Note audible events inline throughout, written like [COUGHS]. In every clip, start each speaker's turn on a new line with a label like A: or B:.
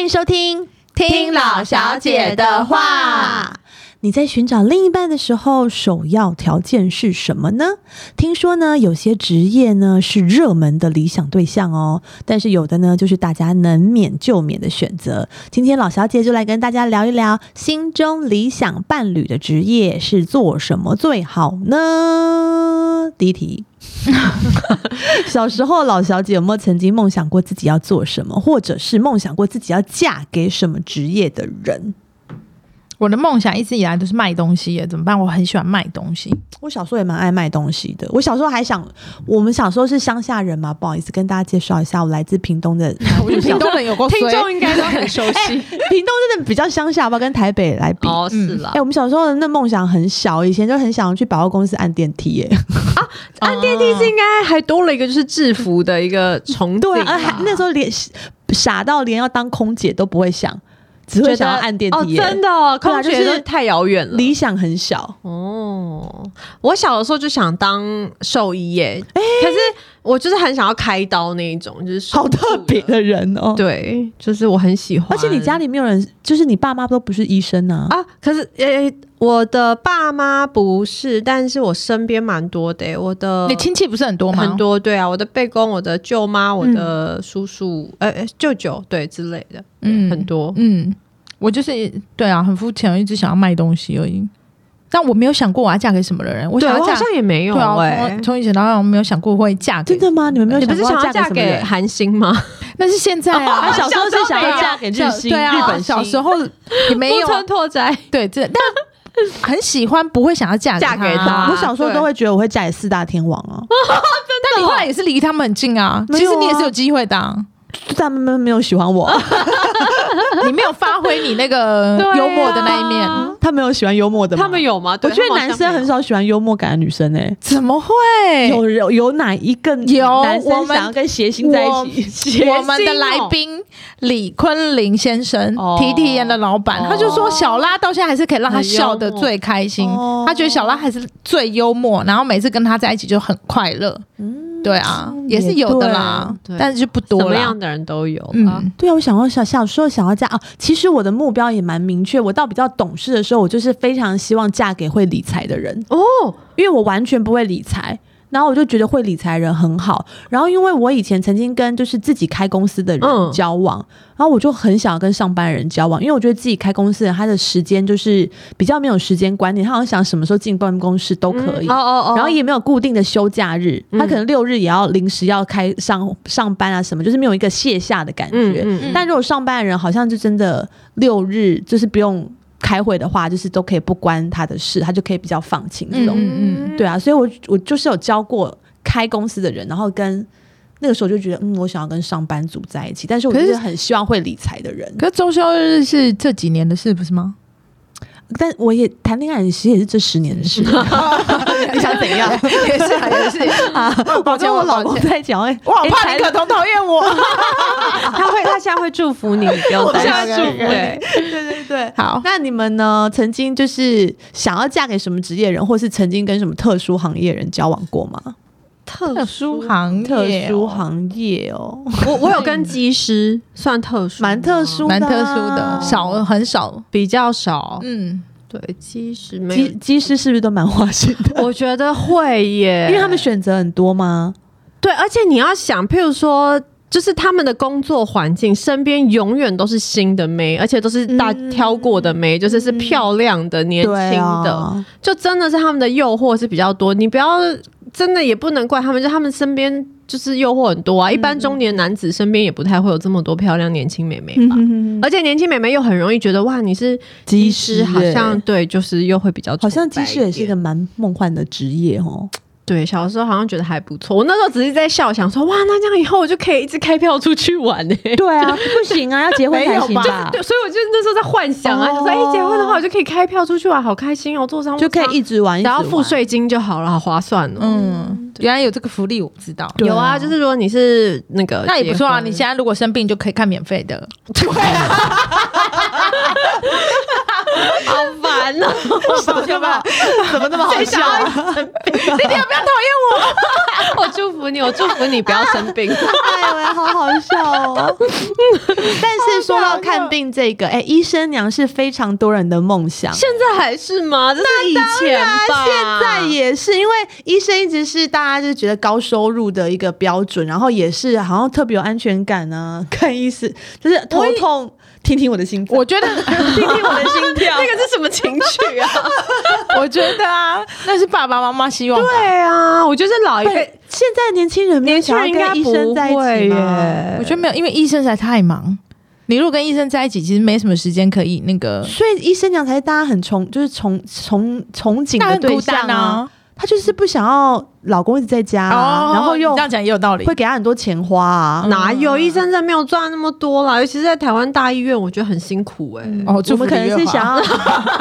A: 迎收听《
B: 听老小姐的话》。
A: 你在寻找另一半的时候，首要条件是什么呢？听说呢，有些职业呢是热门的理想对象哦，但是有的呢就是大家能免就免的选择。今天老小姐就来跟大家聊一聊，心中理想伴侣的职业是做什么最好呢？第一题。 [LAUGHS] 小时候，老小姐有没有曾经梦想过自己要做什么，或者是梦想过自己要嫁给什么职业的人？
B: 我的梦想一直以来都是卖东西耶，怎么办？我很喜欢卖东西。
A: 我小时候也蛮爱卖东西的。我小时候还想，我们小时候是乡下人嘛，不好意思跟大家介绍一下，我来自屏东
C: [LAUGHS]
A: 的。
B: 我 [LAUGHS] 觉得屏东人有够
C: 听
B: 衰
C: 众应该都很熟悉
A: 屏东真的比较乡下吧，跟台北来比。
C: 哦，
B: 嗯
C: 是啦
A: 哎、，我们小时候的那梦想很小，以前就很想去百货公司按电梯、
C: [LAUGHS]
A: 耶。
B: 啊
C: 按电梯是应该还多了一个就是制服的一个重
A: 对
C: 对
A: 啊，而还那时候连傻到连要当空姐都不会想，只会想要按电梯、耶
C: 哦，真的哦，
A: 对啊
C: 空
A: 就
C: 姐
A: 是
C: 都太遥远了。
A: 理想很小。
C: 哦，我小的时候就想当兽医耶，可是我就是很想要开刀那一种，就是手
A: 好特别
C: 术的，
A: 的人哦。，
C: 对，就是我很喜欢。
A: 而且你家里没有人，就是你爸妈都不是医生啊。
C: 啊，可是呃、我的爸妈不是，但是我身边蛮多的耶，我的
B: 你亲戚不是很多吗？
C: 很。多对啊，我的贝公、我的舅妈、我的
A: 嗯
C: 叔叔、呃呃舅舅对之类的，
B: 嗯
C: 嗯，很多。
B: 嗯，我就是对啊，很肤浅，我一直想要卖东西而已。但我没有想过我要嫁给什么的人，我
C: 对，
B: 想
C: 我
B: 要
C: 好
B: 嫁。
C: 像也没有
B: 对啊，
C: 哎、
B: 从从以前到现在我没有想过会嫁给
A: 真，的吗？你们没有
C: 你不
A: 想
C: 是
A: 过
C: 想要
A: 嫁
C: 嫁
A: 给什么
C: 给
A: 人？
C: 韩星吗？ [LAUGHS]
B: 那是现在啊
A: 他
C: 哦。
A: 小时候是想要嫁给日
B: 小
A: 星、
B: 对啊，
A: 日本
B: 小
A: 星
B: 时候也没有
C: 木
B: 啊
C: 村拓哉，
B: 对，这但很喜欢，不会想要嫁
C: 嫁给
B: 他
C: 他
A: 我小时候都会觉得我会嫁给四大天王啊，
C: 哦
B: 但你后来也是离他们很近啊，
A: 没
B: 其
A: 有啊
B: 实你也是有机会
C: [LAUGHS]
B: 的啊、
A: 就他们没有喜欢 [LAUGHS] 我，
B: 你没有发挥你那个
C: 对啊
B: 幽默的那一面，
A: 他们有喜欢幽默的吗
C: 他们。有吗？
A: 我
C: 对
A: 觉得
C: 他们好像
A: 男生很少喜欢幽默感的女生诶、
B: 怎么会？
A: 有有有哪一个
B: 有
A: 男
B: 我
A: 生
B: 们
A: 想要跟谐星在一起？[LAUGHS]
C: 心哦
B: 我们的来宾李坤林先生
C: 哦，
B: 提提研的老板，
C: 哦
B: 他就说小拉到现在还是可以让他笑得最开
C: 哎
B: 心
A: 很幽默哦，
B: 他觉得小拉还是最幽默，然后每次跟他在一起就很快乐。对啊，也是有的啦
C: 嗯对，对
B: 但是就不
C: 有
B: 多
C: 什么
B: 啦
C: 样。的人都有啊。
B: 嗯，
A: 对啊，我想要小小时候想要嫁啊，其实我的目标也蛮明确。我到比较懂事的时候，我就是非常希望嫁给会理财的人。
C: 哦，
A: 因为我完全不会理财。然后我就觉得会理财人很好，然后因为我以前曾经跟就是自己开公司的人
C: 嗯
A: 交往，然后我就很想要跟上班人交往，因为我觉得自己开公司的人他的时间就是比较没有时间观念，他好像想什么时候进办公室都可以，
C: 哦哦哦，
A: 然后也没有固定的休假日，
C: 嗯
A: 他可能六日也要临时要开上上班啊什么，就是没有一个卸下的感觉。
C: 嗯嗯嗯，
A: 但如果上班的人好像就真的六日就是不用开会的话，就是都可以不关他的事，他就可以比较放轻松。
B: 嗯嗯
A: 对啊，所以我我就是有教过开公司的人，然后跟那个时候就觉得，嗯，我想要跟上班族在一起，但是我
B: 可
A: 就是是很希望会理财的人，
B: 可是周休日是这几年的事，不
C: [LAUGHS]
B: 是吗？
A: 但我也谈恋爱其实也是这十年的事
B: [LAUGHS] 你想怎样？也是啊，也是也是。
A: 啊。我跟我老公在讲，哎，
B: 我好
A: 哎
B: 怕你可彤讨厌我。
A: [LAUGHS]
C: 他会，他现在会祝福你，不要
A: 我
C: 担
A: 现
C: 心。
A: 在祝福你
C: 对，
A: 对对对。
B: [LAUGHS] 好，
A: 那你们呢？曾经就是想要嫁给什么职业人，或是曾经跟什么特殊行业人交往过吗？
C: 特
B: 特殊，行业
A: 特殊
B: 哦，
A: 行业哦，
C: 我我有跟技师算特殊吗，
A: 蛮特殊的啊，
B: 蛮特殊的，少很少。
C: 比较少。
B: 嗯，
C: 对，技师没
A: 技
C: 有，
A: 技师是不是都蛮花心的？
C: [LAUGHS] 我觉得会耶，
A: 因为他们选择很多吗？
C: 对，而且你要想，譬如说。就是他们的工作环境，身边永远都是新的妹，而且都是大
A: 嗯
C: 挑过的妹，就是是漂亮的、年轻
A: 对
C: 的，
A: 啊、
C: 就真的是他们的诱惑是比较多。你不要真的也不能怪他们，就他们身边就是诱惑很多啊。一
A: 嗯
C: 般中年男子身边也不太会有这么多漂亮年轻妹妹吧，
A: 嗯
C: 而且年轻妹妹又很容易觉得哇，你是
A: 技
C: 是
A: 师
C: 好像
A: 欸
C: 对，就是又会比较
A: 好像技
C: 其
A: 师
C: 实
A: 也是一个蛮梦幻的职业哦。
C: 对，小时候好像觉得还不错。我那时候只是在笑，想说哇，那这样以后我就可以一直开票出去玩呢、欸。
A: 对 [LAUGHS] 啊，不行啊，要结婚才行吧
C: 对，所以我就那时候在幻想啊，
A: 哦
C: 想说哎、结婚的话我就可以开票出去玩，好开心哦，坐商务
A: 就可
C: 舱
A: 以一直玩，
C: 只要付
A: 一直玩。
C: 税金就好了，好划算哦。
B: 嗯，原来有这个福利，我不知道。
A: 对
C: 有啊，就是如果你是那个，
B: 那也不错啊！你现在如果生病就可以看免费的，
C: 好烦烦哦，
A: 怎么那么怎么那么好
C: 谁
A: 笑
C: 想
A: 啊？
C: 要生病？ [LAUGHS]
B: 弟弟不要讨厌我。
A: [LAUGHS]
C: 我祝福你，我祝福你不要生病。 [LAUGHS]
A: 哎呀，好好笑哦！ [LAUGHS] 但是说到看病这 [LAUGHS] 个，哎，医生娘是非常多人的梦想。
C: 现在还是吗？这是以前吧，
A: 啊现在也是，因为医生一直是大家就觉得高收入的一个标准，然后也是好像特别有安全感啊。 [LAUGHS] 看医生就是头痛，听听我的心脏，
B: 我觉得， [LAUGHS]
A: 听听 [LAUGHS] 我的心跳。
C: [LAUGHS] 那个是什么情绪
A: [LAUGHS]
C: 啊？
B: 我觉得啊，那是爸爸妈妈希望吧。
C: 对啊，我觉得这老一辈
A: 对现在年轻人没有
C: 年轻
A: 想
C: 人
A: 要
C: 应该
A: 跟医生
C: 不
A: 在一
C: 会
A: 起吗？
C: 耶。
B: 我觉得没有，因为医生实在太忙。你如果跟医生在一起，其实没什么时间可以那个，
A: 所以医生娘才是大家很憧，就是憧憧憧憬
B: 那
A: 的
B: 很
A: 对
B: 孤
A: 象
B: 单
A: 啊。。她就是不想要老公一直在家、啊，
B: 哦，
A: 然后又
B: 你这样讲也有道理
A: 会。给她很多钱花啊。
C: 哪有医生在没有赚那么多啦？尤其是在台湾大医院，我觉得很辛苦哎、
B: 哦，
A: 我
B: 祝福
A: 们可
B: 李
A: 能
B: 月
A: 是
B: 华
A: 想要，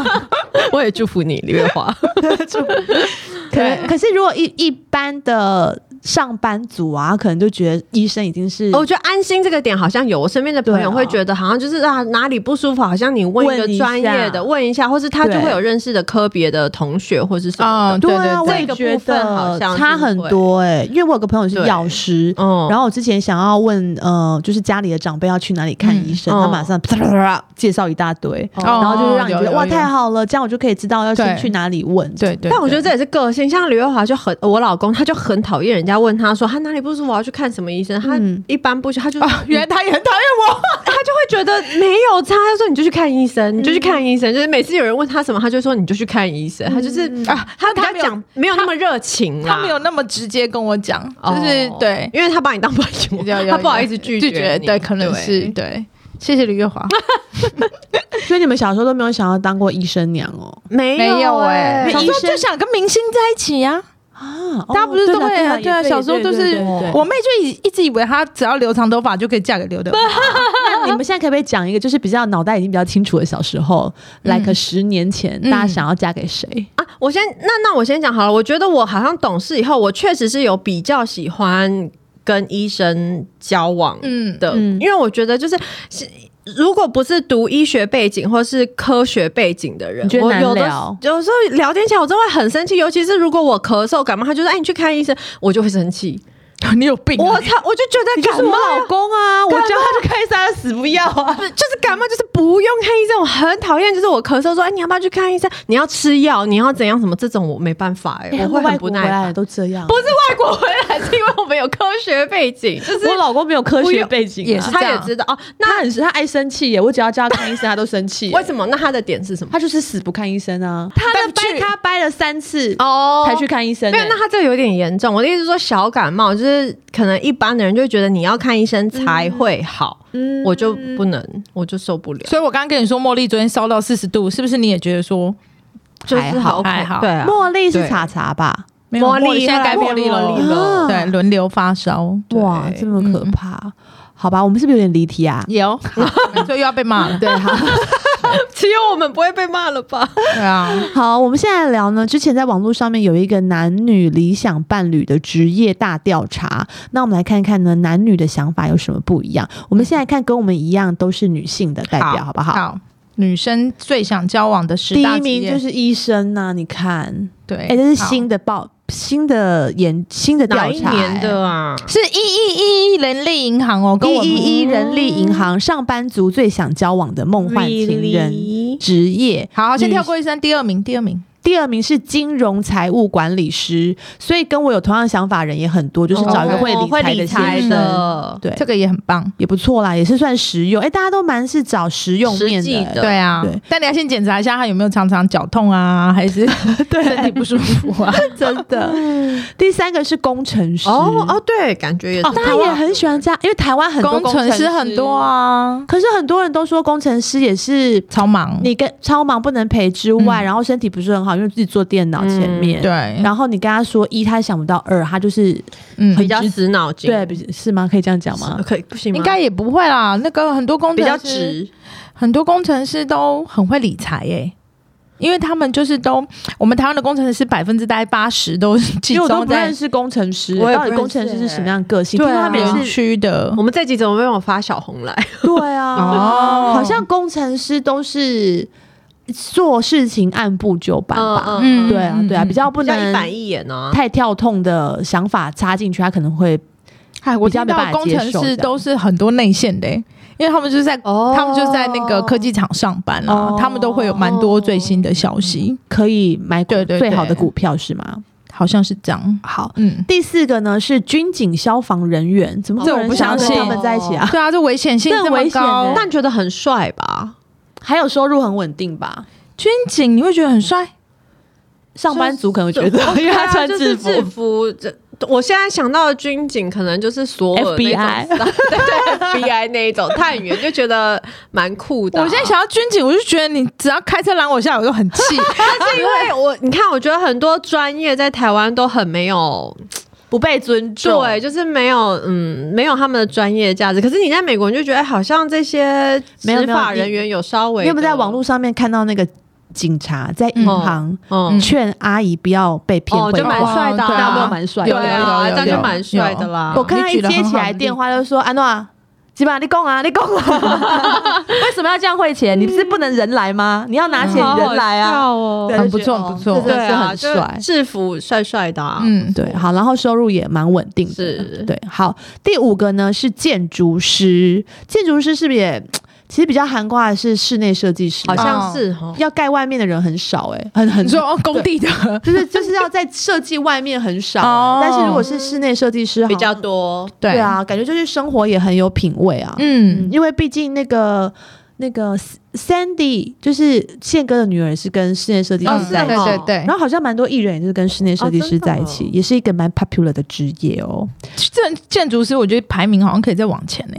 C: [LAUGHS] 我也祝福你，李月华。
A: 可能可是如果一一般的上班族啊，可能就觉得医生已经是
C: [LAUGHS]
B: 哦
C: 我觉得安心这个点好像有，我身边的朋
A: 对啊
C: 友会觉得好像就是啊哪里不舒服，好像你问一
A: 问
C: 个
A: 一
C: 专业
A: 下
C: 的问一下，或是他就
A: 对
C: 会有认识的科别的同学或是什么的。
B: 哦
A: 对啊，
B: 对对对
A: 我也
C: 这个
A: 觉
C: 部分好
A: 得
C: 像是
A: 差很多哎、因为我有个朋友是
C: 对
A: 药师。
C: 嗯，
A: 然后我之前想要问，呃，就是家里的长辈要去哪里看医生，
C: 嗯
A: 他马上啪啪啪啪介绍一大堆，
C: 哦
A: 然后就是让你觉
B: 有
A: 得
B: 有
A: 哇
B: 有
A: 太好了，这样我就可以知道要先
B: 对
A: 去哪里问。
B: 对对，
C: 但我觉得
B: 对
C: 这也是个性，像李月华就很，我老公他就很讨厌人家问他说他哪里不舒服，我要去看什么医生，他
A: 嗯
C: 一般不去，他就、
B: 啊，原来他也很讨厌我。
C: 他就会觉得没有差，他说你就去看医生，你就去看医生，就是每次有人问他什么，他就说你就去看医生，他就是啊，他比
B: 他
C: 较
B: 没有
C: 讲没有那么热情啦，
B: 他没有那么直接跟我讲，
C: 哦，
B: 就是对，
C: 因为他把你当朋
B: 有
C: 友，
B: 有
C: 他不好意思
B: 有
C: 拒
B: 拒
C: 绝你，
B: 对，可能是对。谢谢李月华，
A: 所以你们小时候都没有想要当过医生娘哦？
C: 没
B: 没有
C: 哎
B: 哎，
A: 小时
B: 小时
A: 候
B: 候就想跟明星在一起呀。
A: 啊，
B: 大家不是都会
A: 啊？
B: 啊对啊
A: 也
B: 小时候都是
A: 对对对对
B: 我妹就一一直以为她只要留长头发就可以嫁给刘德华，
A: [LAUGHS] 那你们现在可不可以讲一个，就是比较脑袋已经比较清楚的小时候、
B: 嗯
A: l i k e 十年前，
B: 嗯
A: 大家想要嫁给谁？
C: 啊，我先那那我先讲好了，我觉得我好像懂事以后，我确实是有比较喜欢跟医生交往
B: 嗯，
C: 的，
A: 嗯
C: 因为我觉得就是是。如果不是读医学背景或是科学背景的人
A: 你觉，得
C: 我
A: 难
C: 有的
A: 聊
C: 有时候聊天起来我真的会很生气，尤其是如果我咳嗽感冒，他就说：“哎，你去看医生。”我就会生气，
B: 你有病啊，
C: 我操，我就觉得感冒
A: 公啊，我
C: 干嘛
A: 他去看医生，他死不要啊！
C: 不是就是感冒，就是不用看医生。我很讨厌，就是我咳嗽说，哎，你要不要去看医生？你要吃药，你要怎样什么？这种我没办
A: [LAUGHS]
C: 法、哎、
A: 我
C: 我会
A: 外
C: 很
A: 国
C: 不
A: 回
C: 耐
A: 来
C: 烦。
A: 都这样，
C: 不是外国回来，是因为我们有科学背景，就是
A: 我老公没有科学背景、啊，
B: 也是
C: 他
B: 这
C: 也
B: 样
C: 知道哦。那
A: 他很他爱生气耶，我只要叫他看医生，他都生气耶。
C: 为什么？那他的点是什么？
A: 他就是死不看医生啊！
B: 他
A: 他掰他掰了三次
C: 哦
A: 才去看医生耶、
C: 没有，那他这个有点严重。我的意思是说，小感冒就是可能一般的人就会觉得你要看医生才会好，
A: 嗯
C: 我就不能，我就受不了。
B: 所以我刚刚跟你说，茉莉昨天烧到四十度，是不是你也觉得说
C: 就是
A: 还好
C: OK，
B: 还好
C: 对 [LAUGHS] 啊，
A: 茉莉是
C: 对
A: 查查吧？
B: 没有
C: 茉莉
B: 现在该茉莉
C: 茉莉
B: 了，
A: 了
B: 对，轮流发烧，对
A: 哇，这么可
B: 嗯
A: 怕！好吧，我们是不是有点离题啊？
B: 有， [LAUGHS] 所以又要被骂了，
A: 对，好。
C: 只有我们不会被骂了 [LAUGHS] 吧？
B: 对啊，
A: 好，我们现在来聊呢。之前在网络上面有一个男女理想伴侣的职业大调查，那我们来看看呢，男女的想法有什么不一样？我们现在看跟我们一样都是女性的代表，好不好？
B: 好，女生最想交往的十
A: 第
B: 大
A: 一
B: 职
A: 名
B: 业
A: 就是医生呐、你看，
B: 对，
A: 哎、这是
B: 好
A: 新的报、新的研、新的
C: 哪
A: 调
C: 一
A: 查、哎
C: 年的啊？
B: 是一一一人力银行哦，跟我
A: 一一一
B: 嗯
A: 人力银行上班族最想交往的
C: 哎
A: 梦
C: 嗯
A: 幻情人
C: Really？
A: 职业，
B: 好，先
A: 女
B: 跳过医生，第二名，第二名，
A: 第二名是金融财务管理师，所以跟我有同样想法的人也很多，就是找一个
B: 哦
A: 会理财的先
B: 财
A: 生。
C: 的哦
A: 对，
B: 这个也很棒，
A: 也不错啦，也是算实用。哎、大家都蛮是找实用面
C: 实际
A: 的，
C: 的
A: [LAUGHS]
B: 对啊
A: 对，
B: 但你要先检查一下他有没有常常脚痛啊，还是身体不舒服啊？
A: [LAUGHS] 真的。第三个是工程师，
C: 哦哦，对，感觉也是。
A: 哦，大家也很喜欢这样，因为台湾很多
B: 啊工程师很多啊，
A: 可是很多人都说工程师也是
B: 超忙，
A: 你跟超忙不能陪之外，
B: 嗯
A: 然后身体不是很好，因为自己坐电脑前面。
B: 对，
A: 然后你跟他说一，他想不到二，他就是
B: 嗯
C: 比较死脑筋，
A: 对，比是吗？可以这样讲吗
C: 是，？可以不行吗？
B: 应该也不会啦。那个很多工程
C: 比较
B: 师，
C: 直，
B: 很多工程师都很会理财耶、因为他们就是都，我们台湾的工程师百分之大概八十都是 [LAUGHS] 集
A: 因为我都
B: 中
A: 不认
B: 在
A: 识工程师，
C: 我也
A: 到
C: 不
A: 底
C: 认识
A: 工程师是什么样的个性？
B: 对
A: 听说他
B: 啊
A: 们也
B: 园
A: 是
B: 区的
C: 我们这集
A: [LAUGHS]
C: [LAUGHS]
A: 哦
C: 怎么没有发小红来？
A: 对啊，
B: 哦
A: 好像工程师都是做事情按部就班吧。
B: 嗯
A: 对啊，对啊，比较不
C: 比较一
A: 能
C: 板一眼呢、啊。
A: 太跳痛的想法插进去，他可能会
B: 哎，我
A: 比较
B: 听
A: 没
B: 到
A: 办法
B: 工
A: 接
B: 程
A: 受
B: 师
A: 这
B: 都是很多内线的、欸，因为他们就是在、
C: 哦
B: 他们就是在那个科技厂上班啊，
A: 哦
B: 他们都会有蛮多最新的消息，
A: 可以买股
B: 对对对
A: 最好的股票是吗？
B: 好像是这样。
A: 好，
B: 嗯，
A: 第四个呢是军警消防人员，怎么会
B: 这
A: 有
B: 我
A: 人
B: 不
A: 想要
B: 相
A: 跟他
B: 信
A: 们在一起啊？
B: 对啊，这危险性
A: 这很
B: 这么
A: 危险
B: 高，
A: 欸
B: 但
C: 但觉得很帅吧？
A: 还有收入很稳定吧？
B: 军警你会觉得很帅，
A: 上班族可能会觉得， [LAUGHS] 因
C: 对
A: 为他
C: 啊
A: 穿
C: 就
A: 制
C: 是
A: 服，
C: 制服这。我现在想到的军警，可能就是所有
A: FBI
C: 对对
A: [LAUGHS]
C: FBI 那一种探员，就觉得蛮酷的啊、
B: 我现在想到军警，我就觉得你只要开车拦我一下，我就很 [LAUGHS] 气。
C: 是因为我你看，我觉得很多专业在台湾都很没有，
A: 不被尊重。
C: 对，，就是没有，嗯，没有他们的专业价值。可是你在美国，你就觉得哎好像这些
A: 没有
C: 执法
A: 没有
C: 人员有稍微，
A: 你有没有在网？络上面看到那个警察在银行
C: 嗯，
A: 劝阿姨不要被骗
C: 哦，
A: 汇
C: 就
A: 款？
C: 蛮帅的啊，
B: 对
A: 那
B: 啊
A: 不蛮帅的，
C: 对啊，
B: 有有有有
C: 这样就蛮帅的啦。
A: 我看他
B: 你
A: 一
B: 举得
A: 接
B: 很
A: 起
B: 好
A: 来
B: 的
A: 电
B: 例
A: 话就说：“安诺，基本上你供啊，你供啊，
C: [LAUGHS]
A: 为什么要这样汇钱？你不是不能人来吗？你要拿钱
C: 好好
A: 人来啊
C: 笑！”哦
A: 对
B: 很
A: 就
B: 嗯不
A: 觉得
B: 错
A: 哦
B: 不错
A: 这真
C: 对
A: 的是
C: 啊，
A: 很帅
C: 就。制服帅帅的啊，
B: 嗯，
A: 对，好，然后收入也蛮稳定的，
C: 是
A: 对。好，第五个呢是建筑师，建筑师是不是也其实比较含挂的是室内设计师啊？
C: 好像是哈。
A: 要盖外面的人很少哎、很很
B: 你说哦，工地的
A: 就是就是要在设计外面很少欸、
B: 哦
A: 但是如果是室内设计师
C: 比较
A: 好像
C: 多，
A: [LAUGHS] 对，啊，感觉就是生活也很有品味啊。嗯，
B: 嗯，
A: 因为毕竟那个那个 Sandy 就是宪哥的女儿是跟室内设计
C: 哦
A: 师
C: 是
A: 在一
C: 的
A: 起，
C: 哦
B: 对对对
A: 然，后好像蛮多艺人也是跟室内设计师在一起，
C: 哦真的哦
A: 也是一个蛮 popular 的职业哦。
B: 这建筑师我觉得排名好像可以再往前呢。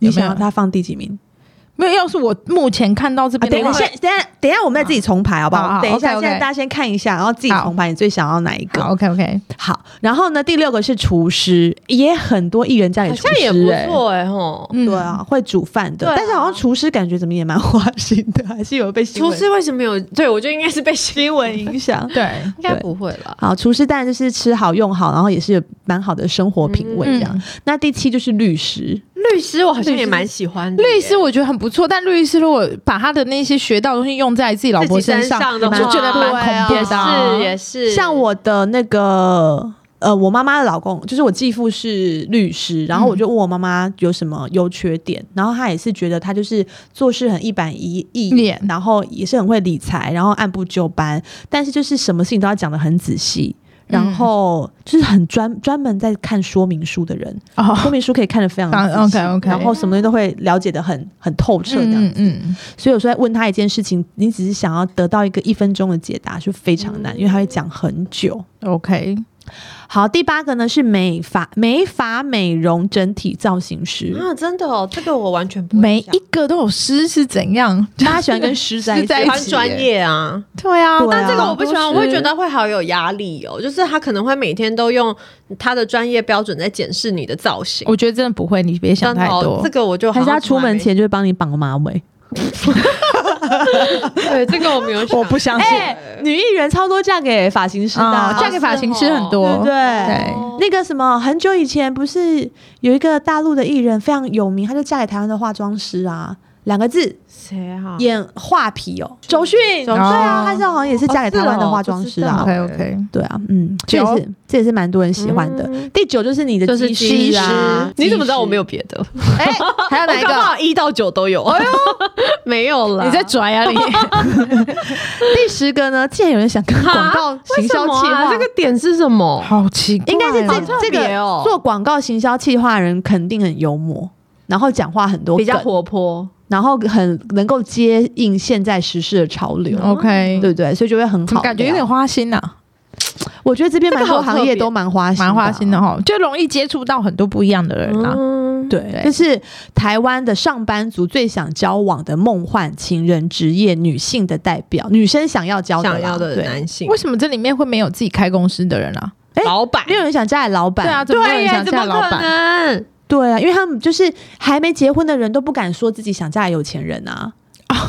A: 你
B: 有没
A: 想
B: 有
A: 要他放第几名？
B: 没有，要是我目前看到这
A: 啊，等
B: 边的
A: 一
B: 话，
A: 下，现等一下等一下，我们再自己重排好不好？
B: 好好
A: 等一下
B: OK，OK
A: 现在大家先看一下，然后自己
B: 好
A: 重排，你最想要哪一个？
B: 好，OK OK，
A: 好，然后呢，第六个是厨师，也很多艺人家里
C: 好
A: 厨
C: 像
A: 师、
C: 也
A: 欸，
C: 不错哎吼。
B: 嗯
A: 对，啊，会煮饭的，
C: 对啊
A: 但是好像厨师感觉怎么也蛮花心的，还是有被新
C: 厨
A: 闻
C: 师为什么有？对我觉得应该是被新
A: 新闻影响。
B: 对，
C: 应该
A: 对
C: 不会啦。
A: 好，厨师当然就是吃好用好，然后也是有蛮好的生活品味这样。
B: 嗯
A: 那第七就是律师，
C: 律师我好像也蛮喜欢的耶，
B: 律师我觉得很不错，但律师如果把他的那些学到的东西用在自己老婆
C: 自己身
B: 上，
C: 上的
B: 就觉得
C: 话
B: 蛮恐
A: 对啊
B: 怖的啊。
C: 是也是
A: 像我的那个。呃，我妈妈的老公就是我继父是律师，然后
B: 嗯
A: 我就问我妈妈有什么优缺点，然后她也是觉得他就是做事很一板一一眼
B: 眼，
A: 然后也是很会理财，然后按部就班，但是就是什么事情都要讲得很仔细，然
B: 嗯
A: 后就是很专专门在看说明书的人，说
B: 哦，
A: 明书可以看得非常
B: 当
A: 仔细
B: OK，OK
A: 然后什么东西都会了解的很很透彻这样。
B: 嗯嗯，
A: 所以有时候问他一件事情，你只是想要得到一个一分钟的解答，就非常难，因为他会讲很久。
B: 嗯，OK，
A: 好，第八个呢是美发美发美容整体造型师，
C: 啊，真的哦，这个我完全不会
B: 每
C: 想
B: 一个都有诗是怎样？ [LAUGHS]
A: 大家喜欢跟师在一
B: 师
A: 起
B: [LAUGHS] 在一
C: 喜
B: 起
C: 欢专业啊，
B: 对啊，
A: 对啊
C: 但这个我不喜欢，
B: 很
C: 我
B: 多
C: 会
B: 诗
C: 觉得会好有压力哦。就是他可能会每天都用他的专业标准在检视你的造型，
B: 我觉得真的不会，你别想
C: 真的
B: 太
C: 哦
B: 多
C: 这。个我就好
A: 还
C: 像
A: 是他出门
C: 从
A: 前就会帮你绑个马尾？
C: 来没对这个我没有想，
B: 我不相信，
A: 哎、女艺人超多嫁给发型师的啊、
B: 啊，嫁给发型师很多，
A: 对不对？
B: 对
C: 哦
A: 那个什么，很久以前不是有一个大陆的艺人非常有名，她就嫁给台湾的化妆师啊，两个字，
C: 谁啊？
A: 演画皮哦，周迅，对
B: 迅
A: 啊，她是好像也是嫁给台湾的化妆师啊
C: 哦是哦，
B: OK OK，
A: 对啊，嗯，这也是这也是蛮多人喜欢的。
C: 嗯
A: 第九就是你的
C: 就是
A: 技
C: 技
A: 师
C: 师
A: 啊，
C: 你怎么知道我没有别的？
B: 哎，还有哪一
C: 我搞不
B: 个？
C: 好一到九都有。哎呦，没有啦。
B: 你在拽啊你？
A: 第十个呢？竟然有人
C: [LAUGHS]
A: 想跟广告行销
C: 为
A: 企
C: 什么
A: 划，
C: 啊这个点是什么？
B: [LAUGHS] 好奇怪
A: 应
B: 哦，
A: 该是
C: 好
A: 这
C: 特
A: 这
C: 别
A: 个
C: 哦
A: 做广告行销企划的人肯定很幽默，然后讲话很多
C: 比较
A: 梗
C: 活泼，
A: 然后很能够接应现在时事的潮流，
C: 嗯
B: OK，
A: 对不对？所以就会很
B: 怎
A: 好
B: 么感觉有
A: 聊
B: 点花心呐？
A: 我觉得这边蛮
C: 这个
A: 多
C: 好特
A: 行业
C: 别
A: 都蛮花心，啊
B: 蛮花心的。哦哈，就容易接触到很多不一样的人啊。
C: 嗯，
A: 对，这是台湾的上班族最想交往的梦幻情人职业女性的代表，女生想要交的啦
C: 想要的
A: 对
C: 男性
B: 为什么这里面会没有自己开公司的人啊？
A: 哎
C: 老板，
A: 没有人想嫁给老板，
B: 对啊，，怎么没有
C: 对
B: 人
C: 呀，
B: 想
C: 怎
B: 嫁
C: 么
B: 老
C: 可
B: 板？
C: 能？
A: 对啊，因为他们就是还没结婚的人都不敢说自己想嫁给有钱人啊。
B: 哦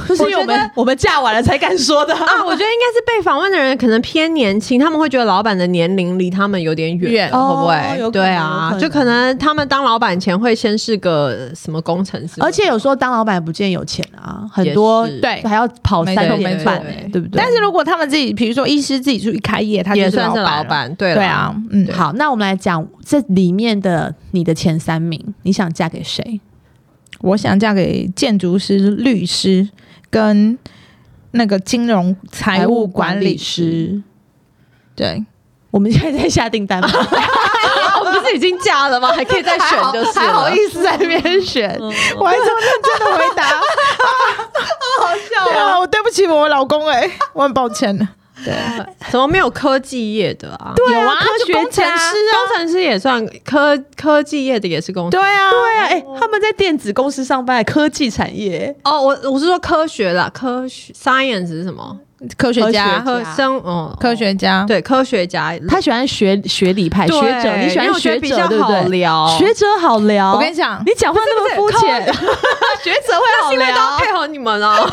A: 不是
C: 我
A: 因为我
C: 觉得
A: 们我们嫁晚了才敢说
B: [LAUGHS]
A: 的 [LAUGHS]
C: 啊，我觉得应该是被访问的人可能偏年轻，他们会觉得老板的年龄离他们有点远，
B: 远
C: 会不
A: 哦
C: 会？
A: 有可能
C: 对
A: 有
C: 啊
A: 可，能
C: 就可能他们当老板前会先是个什么工程师，
A: 而且有时候当老板不见有钱啊，很
C: 也
A: 多
C: 是
B: 对
A: 还要跑
B: 没
A: 三
B: 错
A: 点
B: 没
A: 半
B: 错
A: 欸，
B: 没
A: 对不对？
B: 但是如果他们自己，比如说医师自己出去开业，他就
C: 也算是老
B: 板了。
C: 板，对
B: 对
C: 啦，
B: 啊，嗯，好，
A: 好，那我们来讲这里面的你的前三名，你想嫁给谁？
B: 我想嫁给建筑师、律师跟那个金融财务管理师。，对，
A: 我们现在在下订单吗？
C: [LAUGHS] 我们不是已经嫁了吗？还可以再选就是
B: 还好
C: 了
B: 意。思在那边选，我还这么认真的回答，好笑啊！我对不起我老公哎、我很抱歉。
C: 怎么没有科技业的啊？对
B: 啊
C: 有
B: 科学
C: 就工程
B: 家
C: 师、啊，工程师也算科科技业的，也是工程。
B: 对啊，
A: 对啊，哎、他们在电子公司上班，科技产业。
C: 哦，我我是说科学啦，科学 science 是什么？
B: 科学家，
C: 科生哦，
B: 科学家，啊
C: 对科学家。
A: 他喜欢学学理派学
C: 对
A: 者，你喜
C: 因为
A: 欢
C: 我觉
A: 学
C: 得比
A: 者
C: 较
A: 对不
C: 好
A: 对？
C: 聊，
A: 学者好聊，
B: 我跟你讲
A: 你讲话那么肤浅，
C: 学者会好聊，都配合你们哦。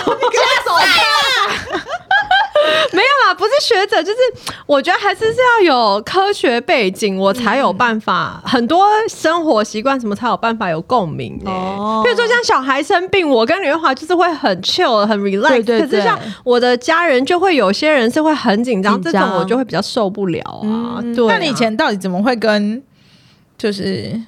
C: 没有啦，不是学者，就是我觉得还是是要有科学背景，我才有办法、很多生活习惯什么才有办法有共鸣呢、
A: 哦
C: 比如说像小孩生病，我跟李月华就是会很 chill 很 relax，
A: 对对
C: 可是像
A: 对
C: 我的家人就会有些人是会很紧张，
A: 紧
C: 这
A: 张
C: 种我就会比较受不了啊。对啊
B: 那你以前到底怎么会跟就是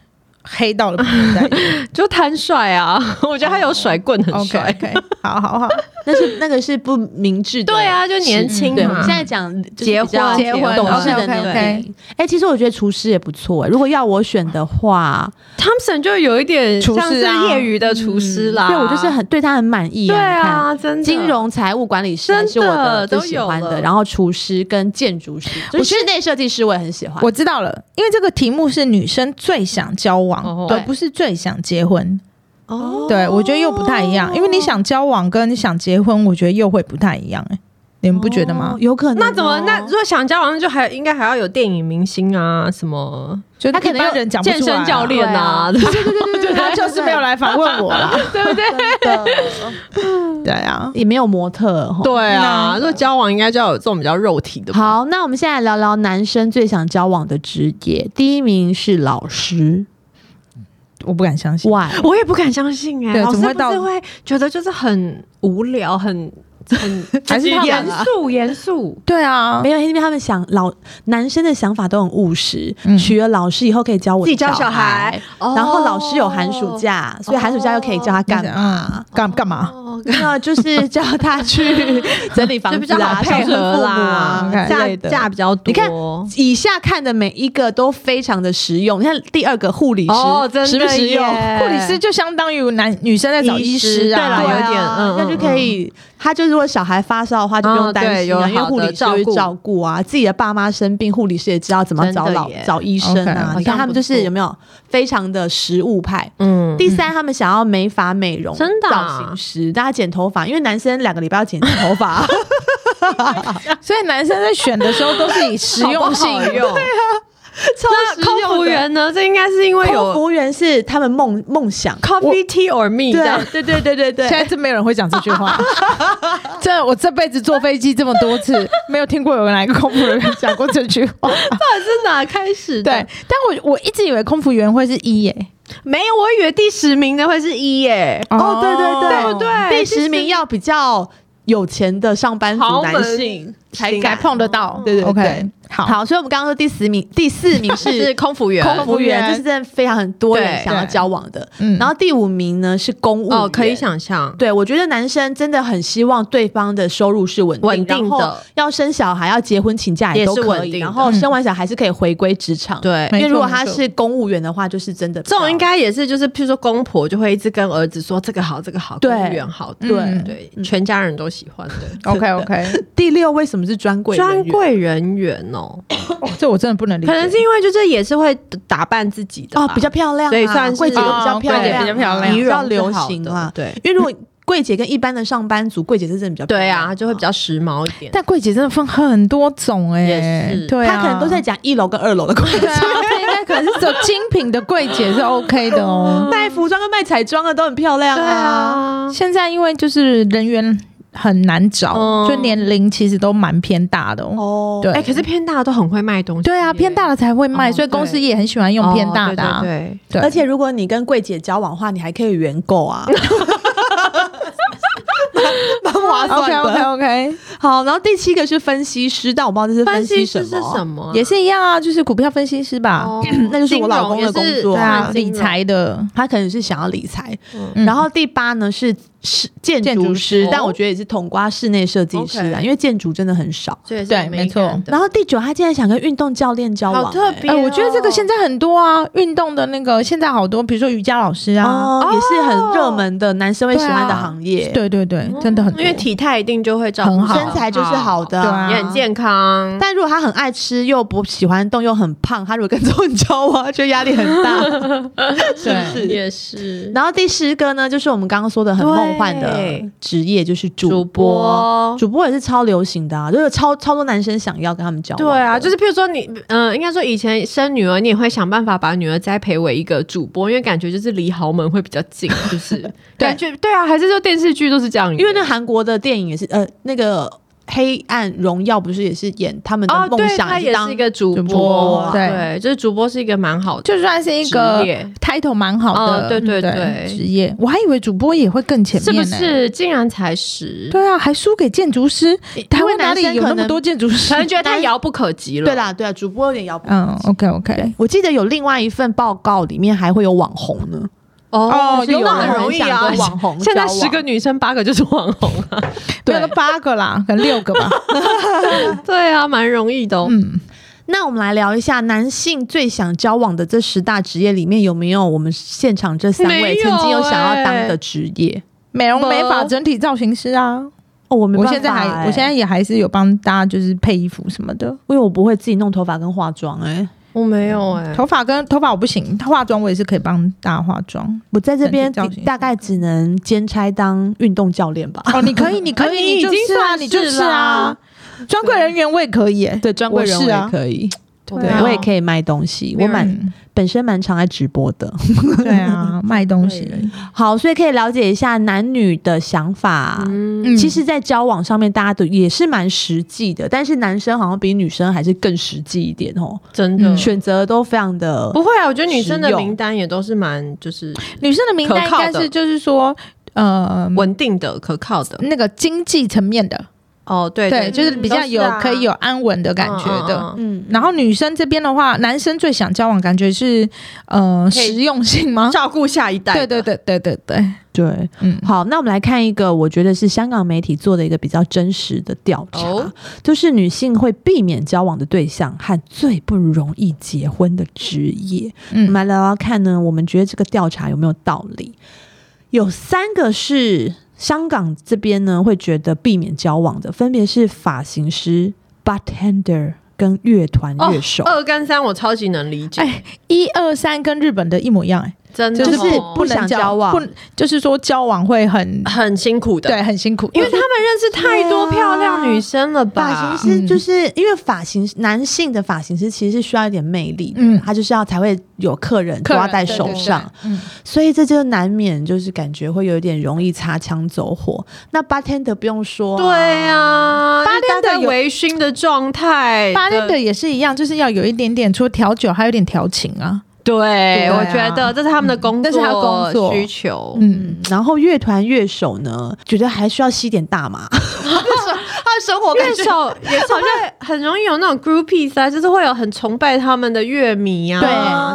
B: 黑道的朋友在一 [LAUGHS] 起
C: 就贪帅啊， [LAUGHS] 我觉得他有甩棍很
B: 哦？OK
C: 帅。
B: OK，好好好，
A: [LAUGHS] 那是那个是不明智的。
C: 对啊，就年轻
A: 对，我
C: 嘛
A: 们现。在讲就是
C: 结
A: 比较
C: 婚
B: 结婚
A: 懂事的
B: OK，OK，
A: 年龄。哎
B: OK
A: 其实我觉得厨师也不错、如果要我选的话，
C: Thompson 就有一点
B: 厨师
C: 像
B: 啊
C: 是业余的厨师
A: 嗯
C: 啦，
A: 对我就是很对他很满意、
C: 啊对
A: 啊，
C: 啊，
A: 你
C: 真
A: 看
C: 的
A: 金融财务管理师
C: 真的
A: 是我的最
C: 都
A: 喜欢
C: 有
A: 的，
C: 了
A: 然后厨师跟建筑师，就
B: 我
A: 是室内设计师我也很喜欢。
B: 我知道了，因为这个题目是女生最想交
C: 哦
B: 往，而不是最想结婚。
C: 哦，
B: 对，我觉得又不太一样，因为你想交往跟你想结婚，我觉得又会不太一样、哎，你们不觉得吗？
A: 有可能哦、
C: 那怎么？
A: [LAUGHS]
C: 那如果想交往，那就还有应该还要有电影明星啊，什么
B: 就
A: 他可能
B: 一般
A: 要
B: 人讲不出来
C: 健
B: 啊
C: 身教
B: [LAUGHS]
C: 练啊，
A: 对
B: 他就是没有来访问我啦。
A: 对不对？真的
B: 对啊，
A: [LAUGHS] 也没有模特哈。
C: [LAUGHS] 对
B: 那
C: 啊，如果交往应该就要有这种比较肉体的吧。
A: 好，那我们现在聊聊男生最想交往的职业，第一名是老师。
B: 我不敢相信。
A: Why？
C: 我也不敢相信哎、
B: 对
C: 老
B: 怎
C: 师
B: 么会
C: 不
B: 到
C: 是会觉得就是很无聊，很很
B: 还是他们
C: 严
B: 啊
C: 肃严肃。
B: 对啊
A: 没，有，因为他们想老男生的想法都很务实，
B: 嗯
A: 娶了老师以后可以教我
C: 自己教
A: 小
C: 小孩，哦
A: 然后老师有寒暑假，所以寒暑假又可以教他干嘛？
B: 嘛？啊干干嘛？
C: 哦，
A: [LAUGHS] 那就是叫他去 [LAUGHS] 整理房
C: 就比
A: 子
C: 较
A: 啊，
C: 好
A: 孝
C: 配
A: 顺父
C: 合
A: 母
C: 啦
A: 啊。
B: OK
C: 假
B: 类的
C: 哦假比较多。
A: 你看以下看的每一个都非常的实用。你看第二个护理师、
C: 哦真的
A: 实不实用？
C: 耶
A: [LAUGHS]
B: 护理师就相当于男女生在找医师啊，
C: 医师对啦有点嗯
A: 那就可以。他就如果小孩发烧的话，就不用
C: 嗯
A: 担
C: 对
A: 心啊，
C: 有
A: 因为护
C: 好的
A: 理师会
C: 照顾
A: 照顾啊，自己的爸妈生病，护理师也知道怎么
C: 真的
A: 找老
C: 耶
A: 找医生
B: OK，
A: 啊。
C: 好
A: 你看
C: 像
A: 他们
C: 不
A: 就是
C: 错
A: 有没有非常的实物派？
C: 嗯，
A: 第三，他们想要美发美容，
C: 真的
A: 造
C: 啊
A: 型师，大家剪头发，因为男生两个礼拜要剪一次头
C: [LAUGHS]
A: 发，
B: 所以男生在选的时候都是以实用性
C: [LAUGHS] 好不好用啊
A: 超
C: 那空服员呢？这应该是因为
A: [LAUGHS] 空服
C: 有
A: 务员是他们梦梦想，
C: coffee tea or me 这样。
A: 对对对对对对
B: 现在真没有人会讲这句话。这我这辈子坐飞机这么多次，没有听过有人哪一个空服人员讲过这句话。
C: 到底是哪开始
B: 对
C: 的？，
B: 但我我一直以为空服员会是一耶。
C: 没有，我以为第十名的会是一耶。
A: 哦，对对对，
C: 对不对
A: 第十名要比较有钱的上班族
C: 豪门
A: 男性才
C: 型
A: 敢
B: 才碰得到。
A: 对对对
B: OK，好，
A: 好，所以我们刚刚说第十名，第四名
C: 是
A: [LAUGHS] 是
C: 空服员，
A: 空服员，
B: 空服员
A: 这是真的非常很多人
C: 对
A: 想要
B: 对
A: 交往的。
B: 嗯
A: 然后第五名呢是公务
C: 哦，可以
A: 员。
C: 想象。
A: 对，我觉得男生真的很希望对方的收入是稳定，
C: 稳定的
A: 然后要生小孩、要结婚、请假都
C: 也是
A: 可
C: 稳定
A: 以，
C: 的
A: 然后生完小孩是可以回归职场。，
C: 对，
A: 因为
B: 没错
A: 如果他
B: 没
A: 嗯
B: 错
A: 是公务员的话，就是真的比较
C: 这种应该也是，就是譬如说公婆就会一直跟儿子说这个好，这个好，
A: 对
C: 公务员好，
B: 嗯
C: 对对，全家人都喜欢的。
B: OK OK，
A: 第六为什么是专柜人员？
C: 专柜人员哦，
B: 这我真的不能理解。
C: 可能是因为就是也是会打扮自己的
A: 哦，
C: 吧
A: 比较漂亮啊，
C: 所以算是
A: 柜姐都比较
B: 哦
A: 漂
B: 柜姐
A: 亮啊，
B: 比较漂亮
A: 比较
C: 容
A: 流
C: 是好
A: 行
C: 的
A: 啊。
C: 对
A: 因为如果柜姐跟一般的上班族，柜姐是真的比较漂
C: 对
A: 亮
C: 啊，就会比较时髦一点。
B: 但柜姐真的分很多种哎、
C: 也是
B: 对啊，
A: 他可能都在讲一楼跟二楼的柜姐。
B: [LAUGHS] 对啊，这应该可能是走精品的柜姐是 OK
A: [LAUGHS]
B: 的哦。
A: [LAUGHS] 卖服装跟卖彩妆的都很漂亮
C: 对
A: 啊。
C: 啊，
B: 现在因为就是人员很难找，
C: 嗯
B: 就年龄其实都蛮偏大的哦。
A: 哦，
B: 对
C: 哎、可是偏大的都很会卖东西耶，
B: 对啊，偏大的才会卖，
C: 哦
B: 所以公司
C: 对
B: 也很喜欢用偏大的、啊
C: 哦对对
B: 对
A: 而且如果你跟柜姐交往的话，你还可以原购啊，蛮蛮划算
B: OK
A: 的。
B: OK OK，
A: 好，然后第七个是分析师，但我不知道这是
C: 对分析
A: 析什
C: 师是什么啊？
B: 也是一样啊，就是股票分析师吧， [COUGHS]
C: 哦
A: 那就是我老公的工作
B: 对啊，
C: 金融也
B: 理
C: 是
B: 财的。
A: 他可能是想要理财。
B: 嗯
A: 然后第八呢是是建
B: 建
A: 筑
B: 筑
A: 师，
C: 师
A: 但我觉得也是统瓜室内设计师啊，
C: OK
A: 因为建筑真的很少。
C: 所以是
B: 对没
C: 美感
B: 错
C: 的
A: 然后第九，他竟然想跟运动教练交往、
C: 好特
A: 欸
C: 别
B: 哎、
C: 哦、
B: 我觉得这个现在很多啊，运动的那个现在好多，比如说瑜伽老师啊，
A: 哦，也是很热门的男生会喜欢的
B: 对啊
A: 行业，
B: 对对对，真的很多，
C: 哦因为体态一定就会照顾
B: 很好
A: 身材就是好的，
B: 对啊
C: 也很健康。
A: 但如果他很爱吃又不喜欢动又很胖，他如果跟这种人交往，他觉得压力很大。
B: 是
A: 不是
C: 也是
A: 然后第十个呢，就是我们刚刚说的很梦幻的
C: 对
A: 职业，就是主
C: 主
A: 播。
C: 播
A: 主播也是超流行的啊，就是超超多男生想要跟他们交往。
C: 对啊，就是譬如说你，嗯、应该说以前生女儿，你也会想办法把女儿栽培为一个主播，因为感觉就是离豪门会比较近，是不是？感觉对啊，还是说电视剧都是这样演，
A: 因为那韩国的电影也是，呃，那个《黑暗荣耀》不是也是演他们的
C: 哦，
A: 梦
C: 对，
A: 想，
C: 他也
A: 当
C: 是一个主
B: 主
C: 播
B: 播，对
C: 对，就是主播是一个蛮好的
B: 就算是一个
C: 职业
B: title 蛮好
C: 嗯
B: 的，
C: 对对对
B: 职业，我还以为主播也会更前
C: 是
B: 面、
C: 不
B: 呢。？
C: 是？竟然才十，
B: 对啊，还输给建筑师，台湾哪里
A: 男生
B: 有
A: 可
B: 那么
A: 能
B: 多建筑师
C: 可？能觉得太遥不可及了。
A: 对，啦，对啊，主播有点遥不。
B: 嗯，OK OK，
A: 我记得有另外一份报告，里面还会有网红呢。
C: 哦
B: 哦，
C: 就是有
B: 有
C: 那
B: 网
C: 很
B: 红
C: 容易
A: 想 [LAUGHS]
C: 啊
A: 跟，网红
C: 现在
A: 交往
C: 十个女生八个就是网红啊，
A: 对
B: 对，都八个 [LAUGHS] 啦，可能六个吧。
C: [LAUGHS] 对啊，蛮容易的、哦。
B: 嗯，
A: 那我们来聊一下男性最想交往的这十大职业里面有没有我们现场这三
C: 没
A: 位
C: 有
A: 曾经有想要当
C: 欸
A: 的职业？
B: 美容
C: 不
B: 美发整体造型师啊，
A: 哦，我没
B: 我
A: 办法欸、
B: 现在还我现在也还是有帮大家就是配衣服什么的，
A: 因为我不会自己弄头发跟化妆、欸，
C: 我没有哎、
B: 头发跟头发我不行，化妆我也是可以帮大家化妆。
A: 我在这边
B: 整体造型
A: 大概只能兼差当运动教练吧。
B: [LAUGHS] 哦，你可以，你可
C: 啊
B: 以，
C: 你已
B: 就
C: 经
B: 是啊，
C: 算
B: 你就是是啊
C: 啦，
B: 专柜人员我也可以耶，
A: 对，专柜人
B: 我
A: 我
B: 是
A: 也
B: 啊
A: 可以，
C: 对
A: 对
C: 啊
A: 我也可以卖东西，
C: 没
A: 我
C: 有人
A: 蛮
B: 嗯，
A: 本身蛮常爱直播的。
B: 对 [LAUGHS] 啊，卖东西，
A: 好，所以可以了解一下男女的想法。
C: 嗯，
B: 嗯
A: 其实，在交往上面，大家都也是蛮实际的，但是男生好像比女生还是更实际一点哦，
C: 真的、
B: 嗯
A: 选择都非常的
C: 不会啊，我觉得女生的
A: 实用
C: 名单也都是蛮就是
B: 女生的名单
C: 可
B: 应
C: 靠的
B: 该是就是说，呃，
C: 稳定的、可靠的。
B: 那个经济层面的，
C: 哦，对
B: 嗯对，就是啊比较有可
C: 嗯
B: 以有安稳的
C: 感
B: 感
C: 觉
B: 觉
C: 的。
B: 的。
A: 嗯
B: 然后女生这边的话，男生最想交往感觉是呃
C: 可以
B: 实用
C: [LAUGHS]
B: 性吗？
C: 照顾下一代
B: 对对，对对对对，
A: 对，
B: 嗯，
A: 好，那我们来看一个，我觉得是香港媒体做的一个比较真实的调查，
C: 哦
A: 就是女性会避免交往的对象和最不容易结婚的职业。我
B: 嗯
A: 们来聊聊看呢，我们觉得这个调查有没有道理？有三个是香港这边呢会觉得避免交往的，分别是发型师、bartender 跟乐团
B: 哦
A: 乐手。
C: 二跟三我超级能理解，
B: 哎一二三跟日本的一模一样，哎，
C: 真的
B: 就是是
C: 哦
A: 不想交往
B: 不就是说交往会
C: [LAUGHS]
B: 很
C: 很辛苦的，
B: 对很辛苦，
C: 因为他们认识太多漂亮女生了吧？
A: 发型师
B: 嗯
A: 就是、因为发型男性的发型师其实是需要一点魅力的，
B: 嗯
A: 他就是要才会有客人
B: 客人
A: 抓在手上，，
B: 对对对嗯，
A: 所以这就难免就是感觉会有一点容易擦枪走火。那 bartender 不用说、
C: 对呀、啊，
B: 八
C: 就大
B: 天的
C: 概
B: 有
C: 微醺的状态，
B: 八天的也是一样，就是要有一点点，除了调酒，还有点调情啊。
C: 对，
B: 啊
C: 我觉得这是他们的工
B: 这是他工作
C: 需求。
B: 嗯，
A: 然后乐团乐手呢，觉得还需要吸点大麻，他的生活
C: 乐 [LAUGHS] 手也是会很容易有那种 groupies 啊，就是会有很崇拜他们的乐迷啊，
A: 对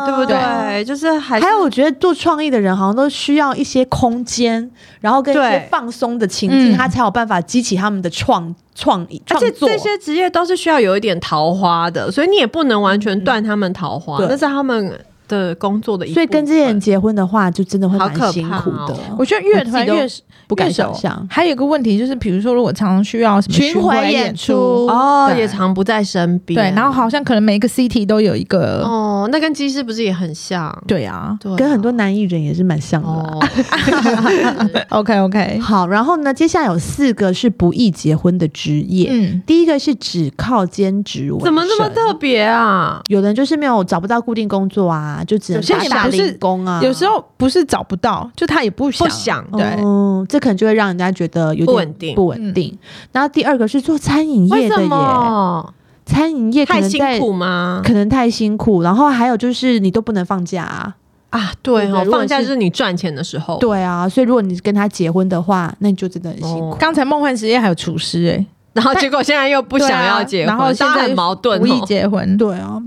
C: 对不对？
A: 对
C: 就是还是
A: 还有，我觉得做创意的人好像都需要一些空间，然后跟一些
C: 对
A: 放松的情境，
B: 嗯
A: 他才有办法激起他们的创创意
C: 而
A: 创
C: 且
A: 作。
C: 这些职业都是需要有一点桃花的，所以你也不能完全断他们桃花，
A: 对
C: 那是他们的工作的一部
A: 所
C: 分。
A: 以跟这些人结婚的话，就真的会
C: 好
A: 蛮
C: 可
A: 辛
C: 怕
A: 苦
C: 哦
A: 的。
B: 我觉得乐团
A: 我
B: 乐
A: 自不敢想象。
B: 还有一个问题就是，比如说，如果常常需要什么巡回演出，
C: 哦，
B: 对
C: 也常不在身边。
B: 对，然后好像可能每一个 city 都有一个
C: 哦，哦，那跟技师不是也很像？
B: 对啊
C: 对啊，
A: 跟很多男艺人也是蛮像的啦。
C: 哦，
B: ，OK OK，
A: 好，然后呢，接下来有四个是不易结婚的职业。
B: 嗯，
A: 第一个是只靠兼职为生，
C: 怎么那么特别啊？
A: 有的人就是没有找不到固定工作啊，就只能
B: 有些
A: 打
B: 也
A: 打
B: 不是
A: 零工啊。
B: 有时候不是找不到，就他也嗯不想
C: 不想
B: 对，
A: 嗯，这可能就会让人家觉得有点
C: 不稳定
A: 不稳定。然后第二个是做餐饮
C: 为
A: 业
C: 什
A: 的耶，
C: 么？
A: 餐饮业可
C: 太
A: 能
C: 辛
A: 在
C: 苦吗？
A: 可能太辛苦，然后还有就是你都不能放假啊，
C: 啊，
A: 对
C: 对哦，
A: 如果
C: 放假
A: 是
C: 就是你赚钱的时候。
A: 对啊，所以如果你跟他结婚的话，那你就真的很辛苦。
C: 哦
B: 刚才梦幻实业还有厨师哎、
C: 然后结果现在又不
B: 对啊
C: 想要结婚，
B: 然后现
C: 大家
B: 在
C: 很矛盾
B: 无意
C: 哦。
B: 结婚，
A: 对啊，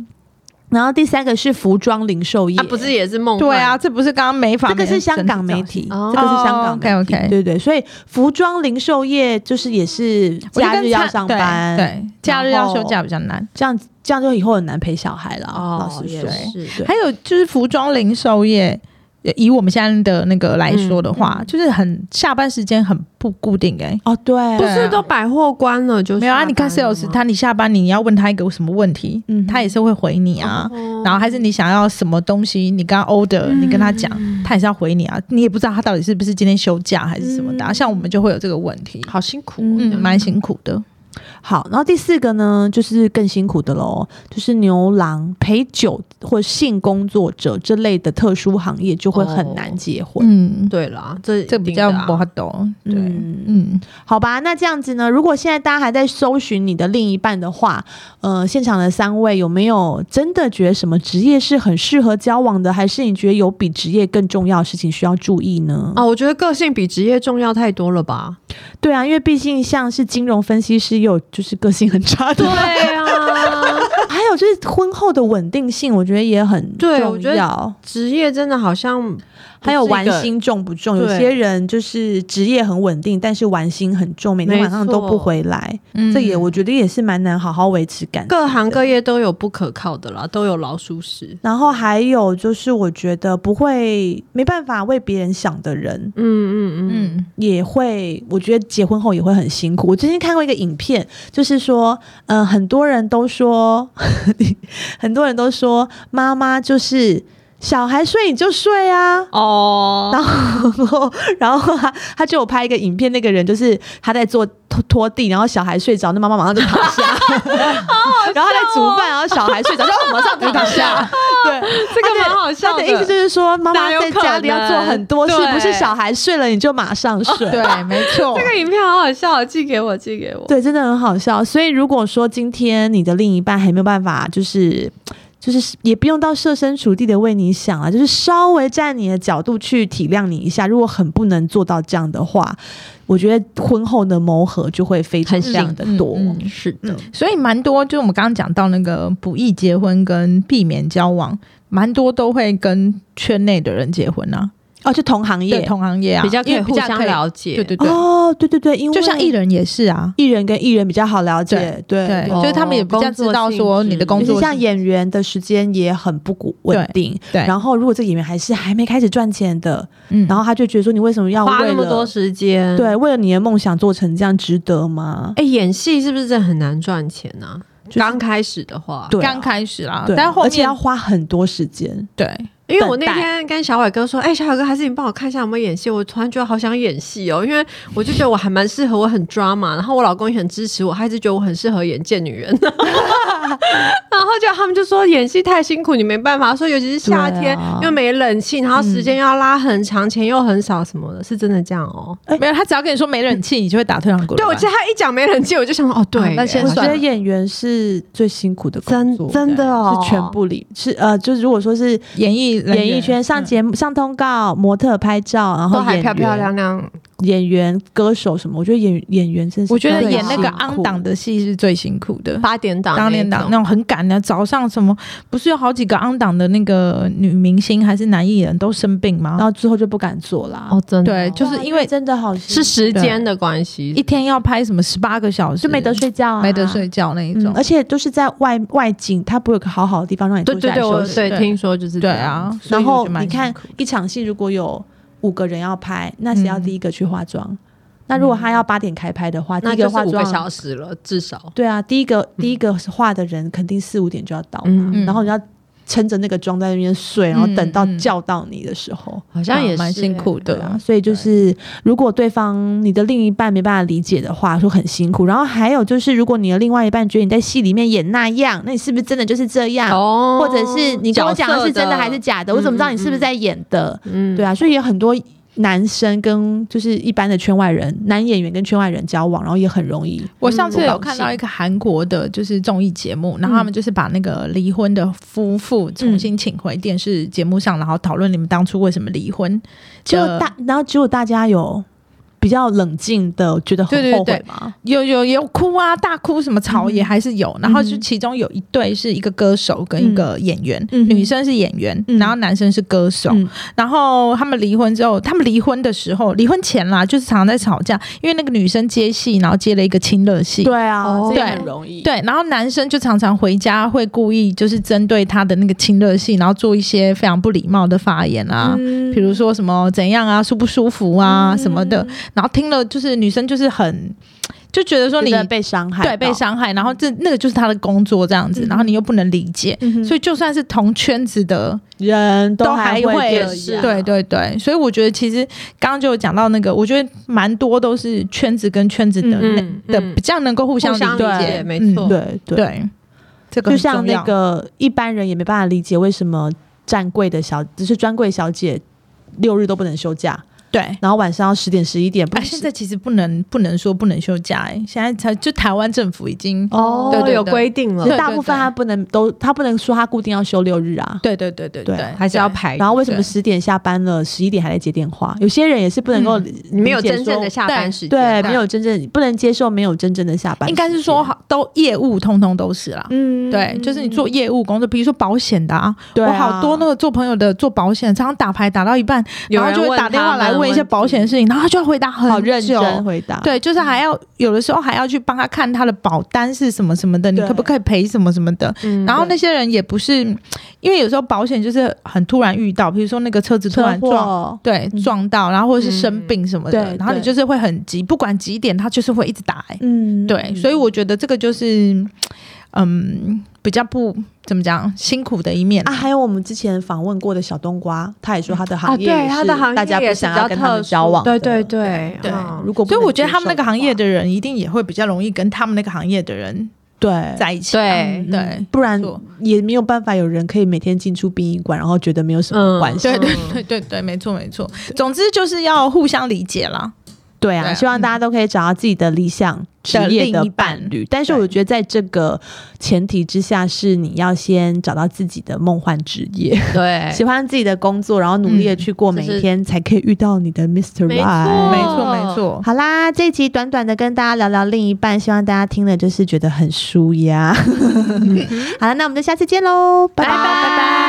A: 然后第三个是服装零售业，
C: 啊，不是也是梦幻？
B: 对啊，这不是刚刚美法
A: 这个
B: 美
A: 是香港媒
B: 整体
A: 体，
B: 造型
C: 哦
A: 这个是香港媒体，
B: 哦，OK，OK
A: 对对，所以服装零售业就是也是
B: 我就跟
A: 假日要
B: 餐
A: 上班，
B: 对，对假日
A: 然
B: 要
A: 后
B: 休假比较难。
A: 这样这样就以后很难陪小孩了。老
C: 哦，
A: 实
C: 也
A: 说，
C: 是。
A: 对
B: 还有就是服装零售业，呃以我们现在的那个来说的话，就是很下班时间很不固定哎、
A: 哦对，
C: 不
B: 对
C: 是都百货关了就
B: 没有啊，你看 sales，他你下班你要问他一个什么问题，
A: 嗯
B: 他也是会回你啊。
C: 哦
B: 然后还是你想要什么东西，你跟他 order，、你
C: 嗯
B: 跟他讲，他也是要回你啊。你也不知道他到底是不是今天休假还是什么的啊、
C: 嗯
B: 像我们就会有这个问题，
C: 好辛苦
B: 嗯，蛮辛苦的。
A: 好，然后第四个呢，就是更辛苦的喽，就是牛郎、陪酒或性工作者这类的特殊行业就会很难结婚。
B: 嗯，
C: 对啦，这
B: 这比较不
C: 好。
B: 好懂。对，
C: 啊
A: 嗯
B: 嗯，
A: 好吧，那这样子呢？如果现在大家还在搜寻你的另一半的话，呃，现场的三位有没有真的觉得什么职业是很适合交往的，还是你觉得有比职业更重要的事情需要注意呢？
C: 啊，我觉得个性比职业重要太多了吧？
A: 对啊，因为毕竟像是金融分析师，也有就是个性很差 [LAUGHS] 的，
C: 啊，
A: 还有就是婚后的稳定性，我觉得也很重
C: 对
A: 要。
C: 我觉得职业真的好像
A: 还有玩
C: 不是一
A: 心重不重？有
C: 对
A: 些人就是职业很稳定，但是玩心很重，每天
C: 没
A: 晚上都
C: 错
A: 不回来，
B: 嗯
A: 这也我觉得也是蛮难好好维持感情
C: 个，各行
A: 的
C: 各业都有不可靠的啦，都有老鼠屎。
A: 然后还有就是，我觉得不会没办法为别人想的人，
C: 嗯嗯嗯，
B: 嗯
A: 也会我觉得结婚后也会很辛苦。我最近看过一个影片，就是说，呃，很多人都说， [LAUGHS] 很多人都说妈妈就是小孩睡你就睡啊。
C: 哦，
A: 然后，然后他他就有拍一个影片，那个人就是他在做拖拖地，然后小孩睡着，那妈妈马上就躺下， [LAUGHS] 然后他在煮饭，然后小孩睡着，就马上躺
B: 嗯
A: 下，对，
C: 这个蛮好笑
A: 他的意思就是说，妈妈
C: 哪有
A: 在家里
C: 可
A: 要
C: 能
A: 做很多事，
C: 对
A: 不是小孩睡了你就马上睡。
B: 哦对，没错
C: [LAUGHS] 这。个影片好好笑，寄给我，寄给我。
A: 对，真的很好笑。所以如果说今天你的另一半还没有办法，就是就是也不用到设身处地的为你想啊，就是稍微站你的角度去体谅你一下。如果很不能做到这样的话，我觉得婚后的磨合就会非常
C: 很
A: 非常的
B: 辛苦
A: 多。
B: 嗯
C: 是的，
B: 所以蛮多，就是我们刚刚讲到那个不易结婚跟避免交往，蛮多都会跟圈内的人结婚啊，
A: 哦，就同行
B: 对
A: 业
B: 同行业啊，
C: 比较可以
B: 因为比
C: 互相
B: 可以
C: 了解。
B: 对对对，
A: 哦，对对对，因为
B: 就像艺人也是啊，
A: 艺人跟艺人比较好了解，对
B: 对，
C: 哦
B: 就是他们也比较知道说你的工
A: 尤
B: 作
A: 其
B: 是
A: 像演员的时间也很不固稳定，
B: 对，
A: 然后如果这个演员还是还没开始赚钱的，
B: 嗯
A: 然后他就觉得说你为什么要
C: 花
A: 为
C: 那么多
A: 了
C: 时间，
A: 对为了你的梦想做成这样，值得吗？
C: 哎、演戏是不是真的很难赚钱啊？
A: 是
C: 刚开始的话，
A: 对啊
B: 刚开始啦，
A: 对，
B: 但后
A: 而且要
B: 面
A: 花很多时间。
B: 对
C: 因为我那
A: 等待
C: 天跟小伟哥说，哎、小伟哥，还是你帮我看一下有没有演戏？我突然觉得好想演戏哦，因为我就觉得我还蛮适合，我很 drama，然后我老公也很支持我，他一直觉得我很适合演贱女人。 [LAUGHS] 然后就他们就说演戏太辛苦，你没办法。说尤其是夏天、
A: 对啊
C: 又没冷气，然后时间又要拉很长，钱又很少什么的，是真的这样哦。
A: 哎
B: 没有他只要跟你说没人气，你就会打退堂鼓了吧。
C: 对，我记得他一讲没冷气，我就想说，哦，对耶，
B: 啊那先
A: 我
B: 算
A: 觉得
B: 了
A: 演员是最辛苦的工
C: 真
A: 作，
C: 真的哦，
A: 是全部里是呃，就是如果说是
B: 演艺人
A: 演艺
B: 员
A: 圈上节目、上通告、模特拍照，然后
C: 都还
A: 演
C: 漂漂
A: 员
C: 亮亮。
A: 演员、歌手什么，我觉得演演员真是
B: 我觉得
A: 最
B: 演那个
A: 辛苦
B: 昂档的戏是最辛苦的。
C: 八点档
B: 当年档那种很赶的，早上什么不是有好几个昂档的那个女明星还是男艺人都生病吗
A: 然？后之后就不敢做啦。
C: 哦，真的
B: 对，就是因为
A: 真的好辛
C: 是
A: 苦
C: 时间的关系，
B: 一天要拍什么十八个小时，
A: 就没得、睡觉啊，
B: 没得睡觉那一
A: 嗯
B: 种。啊
A: 而且都是在外外景，它不会有个好好的地方让你
C: 对
A: 坐下
C: 对
A: 来
C: 对，
A: 休
C: 我
A: 息。
C: 对
B: 对
C: 听说就是这
B: 对
C: 样，
B: 啊，所以
A: 然
B: 我
A: 后
B: 就蛮
A: 你看
B: 辛苦
A: 一场戏，如果有五个人要拍，那谁要第一个去化妆？那如果他要八点开拍的话，第
C: 那
A: 一
C: 就
A: 个
C: 是
A: 化
C: 五个
A: 妆，
C: 小时了，至少。
A: 对啊，第一个第一个化的人肯定四五点就要到嘛，
C: 嗯
B: 嗯
A: 然后你要撑着那个妆在那边睡，然后等到
B: 嗯嗯
A: 叫到你的时候。
C: 好像也是
B: 蛮辛苦
A: 对
B: 的。
A: 啊，所以就是如果对方你的另一半没办法理解的话，说很辛苦。然后还有就是，如果你的另外一半觉得你在戏里面演那样，那你是不是真的就是这样？
C: 哦
A: 或者是你跟我讲的嗯是真的还是假的？
C: 角色的
A: 我怎么知道你是不是在演的？
C: 嗯
A: 对啊，所以有很多男生跟就是一般的圈外人，男演员跟圈外人交往，然后也很容易。
B: 我上次
A: 嗯
B: 有看到一个韩国的，就是综艺节目，然后他们就是把那个离婚的夫妇重新请回电视节目上，然后讨论你们当初为什么离婚。
A: 结果
B: 呃
A: 大，然后结果大家有比较冷静的觉得很
B: 对
A: 后
B: 对
A: 悔
B: 对
A: 吗？
B: 有有有哭啊，大哭什
A: 嗯
B: 么吵也还是有。然后就其中有一对是一个歌手跟一个演员，
A: 嗯
B: 女生是演员，
A: 嗯
B: 然后男生是歌手。
A: 嗯
B: 然后他们离婚之后，他们离婚的时候，离婚前啦，就是常常在吵架，因为那个女生接戏，然后接了一个亲热戏。
A: 对啊，
C: 哦
A: 这也
B: 对
A: 很容易。
B: 对，然后男生就常常回家会故意就是针对他的那个亲热戏，然后做一些非常不礼貌的发言啊，
A: 嗯
B: 比如说什么怎样啊，舒不舒服啊、什么的，然后听了就是女生就是很就觉得说你
A: 觉得被伤害到，
B: 对被伤害，然后这那个就是他的工作这样子，
A: 嗯
B: 然后你又不能理解，
A: 嗯哼，
B: 所以就算是同圈子的，
A: 人都
B: 都
A: 还
B: 还
A: 会
B: 会
A: 这
C: 是
A: 样
C: 啊
B: 对对对，所以我觉得其实刚刚就有讲到那个，我觉得蛮多都是圈子跟圈子的
A: 嗯
B: 那、
C: 嗯
B: 的
C: 嗯
B: 比较能够互相
C: 互相
A: 理解
B: 解，
C: 没
B: 嗯
C: 错
A: 对对，
B: 对，这
A: 就
B: 个很
A: 像
B: 重
A: 那
B: 要
A: 个一般人也没办法理解为什么站柜的小，只是专柜小姐六日都不能休假，
B: 对。
A: 然后晚上要十点十一点，不
B: 哎，
A: 是
B: 现在其实不能不能说不能休假哎、现在才就台湾政府已经
A: 哦
B: 对对对
C: 有规定
A: 其
C: 了，
A: 实大部分他不能都，他不能说他固定要休六日啊。
B: 对对对对
A: 对
B: 对，
C: 还是要排。
A: 然后为什么
B: 对
A: 十点下班了，十一点还在接电话？有些人也是不能够
B: 嗯
A: 理解说、
C: 你没有真正的下班时间，
A: 对，
B: 对
A: 没有真正不能接受没有真正的下班时间，
B: 应该是说好都业务通通都是啦。
A: 嗯，
B: 对，就是你做业务工作，比如说保险的啊，
A: 对啊
B: 我好多那个做朋友的做保险，常常打牌打到一半，然后就会打电话来问一些保险的事情，然后他就要回答很久
A: 好认真啊回答，
B: 对，就是还要有的时候还要去帮他看他的保单是什么什么的，你
A: 对
B: 可不可以赔什么什么的。
C: 嗯，
B: 然后那些人也不是，
A: 嗯
B: 因为有时候保险就是很突然遇到，比如说那个车子突
A: 车
B: 然撞，
A: 祸，
B: 对，
A: 嗯
B: 撞到，然后或者是
C: 嗯
B: 生病什么的，
A: 对
B: 然后你
A: 对
B: 就是会很急，不管几点，他就是会一直打、欸。
A: 嗯，
B: 对，所以我觉得这个就是，嗯，比较不怎么讲辛苦的一面
A: 啊，还有我们之前访问过的小冬瓜，他也说他的行业
C: 啊对
A: 也是
C: 他的行业
A: 大家不
C: 也是
A: 想
C: 比
A: 要
C: 较
A: 跟他们
C: 特殊
A: 交往的，
C: 对对对
A: 对
C: 嗯
A: 如果不
B: 所以我
A: 能
B: 觉得
A: 接
B: 他们那
A: 受
B: 个
A: 话
B: 行业的人一定也会比较容易跟他们那个行业的人
A: 对。
B: 在一起啊、
C: 对
A: 嗯
B: 对，
A: 不然
B: 没错
A: 也没有办法有人可以每天进出殡仪馆，然后觉得没有什么
C: 嗯
A: 关系。
B: 对 [LAUGHS] 对对对对，没错没错。总之就是要互相理解啦。
A: 对啊，
B: 对啊
A: 希望大家都可以找到自己的理想职业的
B: 另一
A: 伴
B: 半
A: 侣。但是我觉得在这个前提之下，是你要先找到自己的梦幻职业，
C: 对
A: 喜欢自己的工作，然后努力的
B: 嗯
A: 去过每
C: 就
A: 一
C: 是
A: 天，才可以遇到你的 Mr.
C: 没
A: Right。
C: 错
B: 没错没错，
A: 好啦，这一集短短的跟大家聊聊另一半，希望大家听 [LAUGHS] 了就是觉得很舒压。好了，那我们就下次见喽，拜
C: 拜
A: 拜
C: 拜。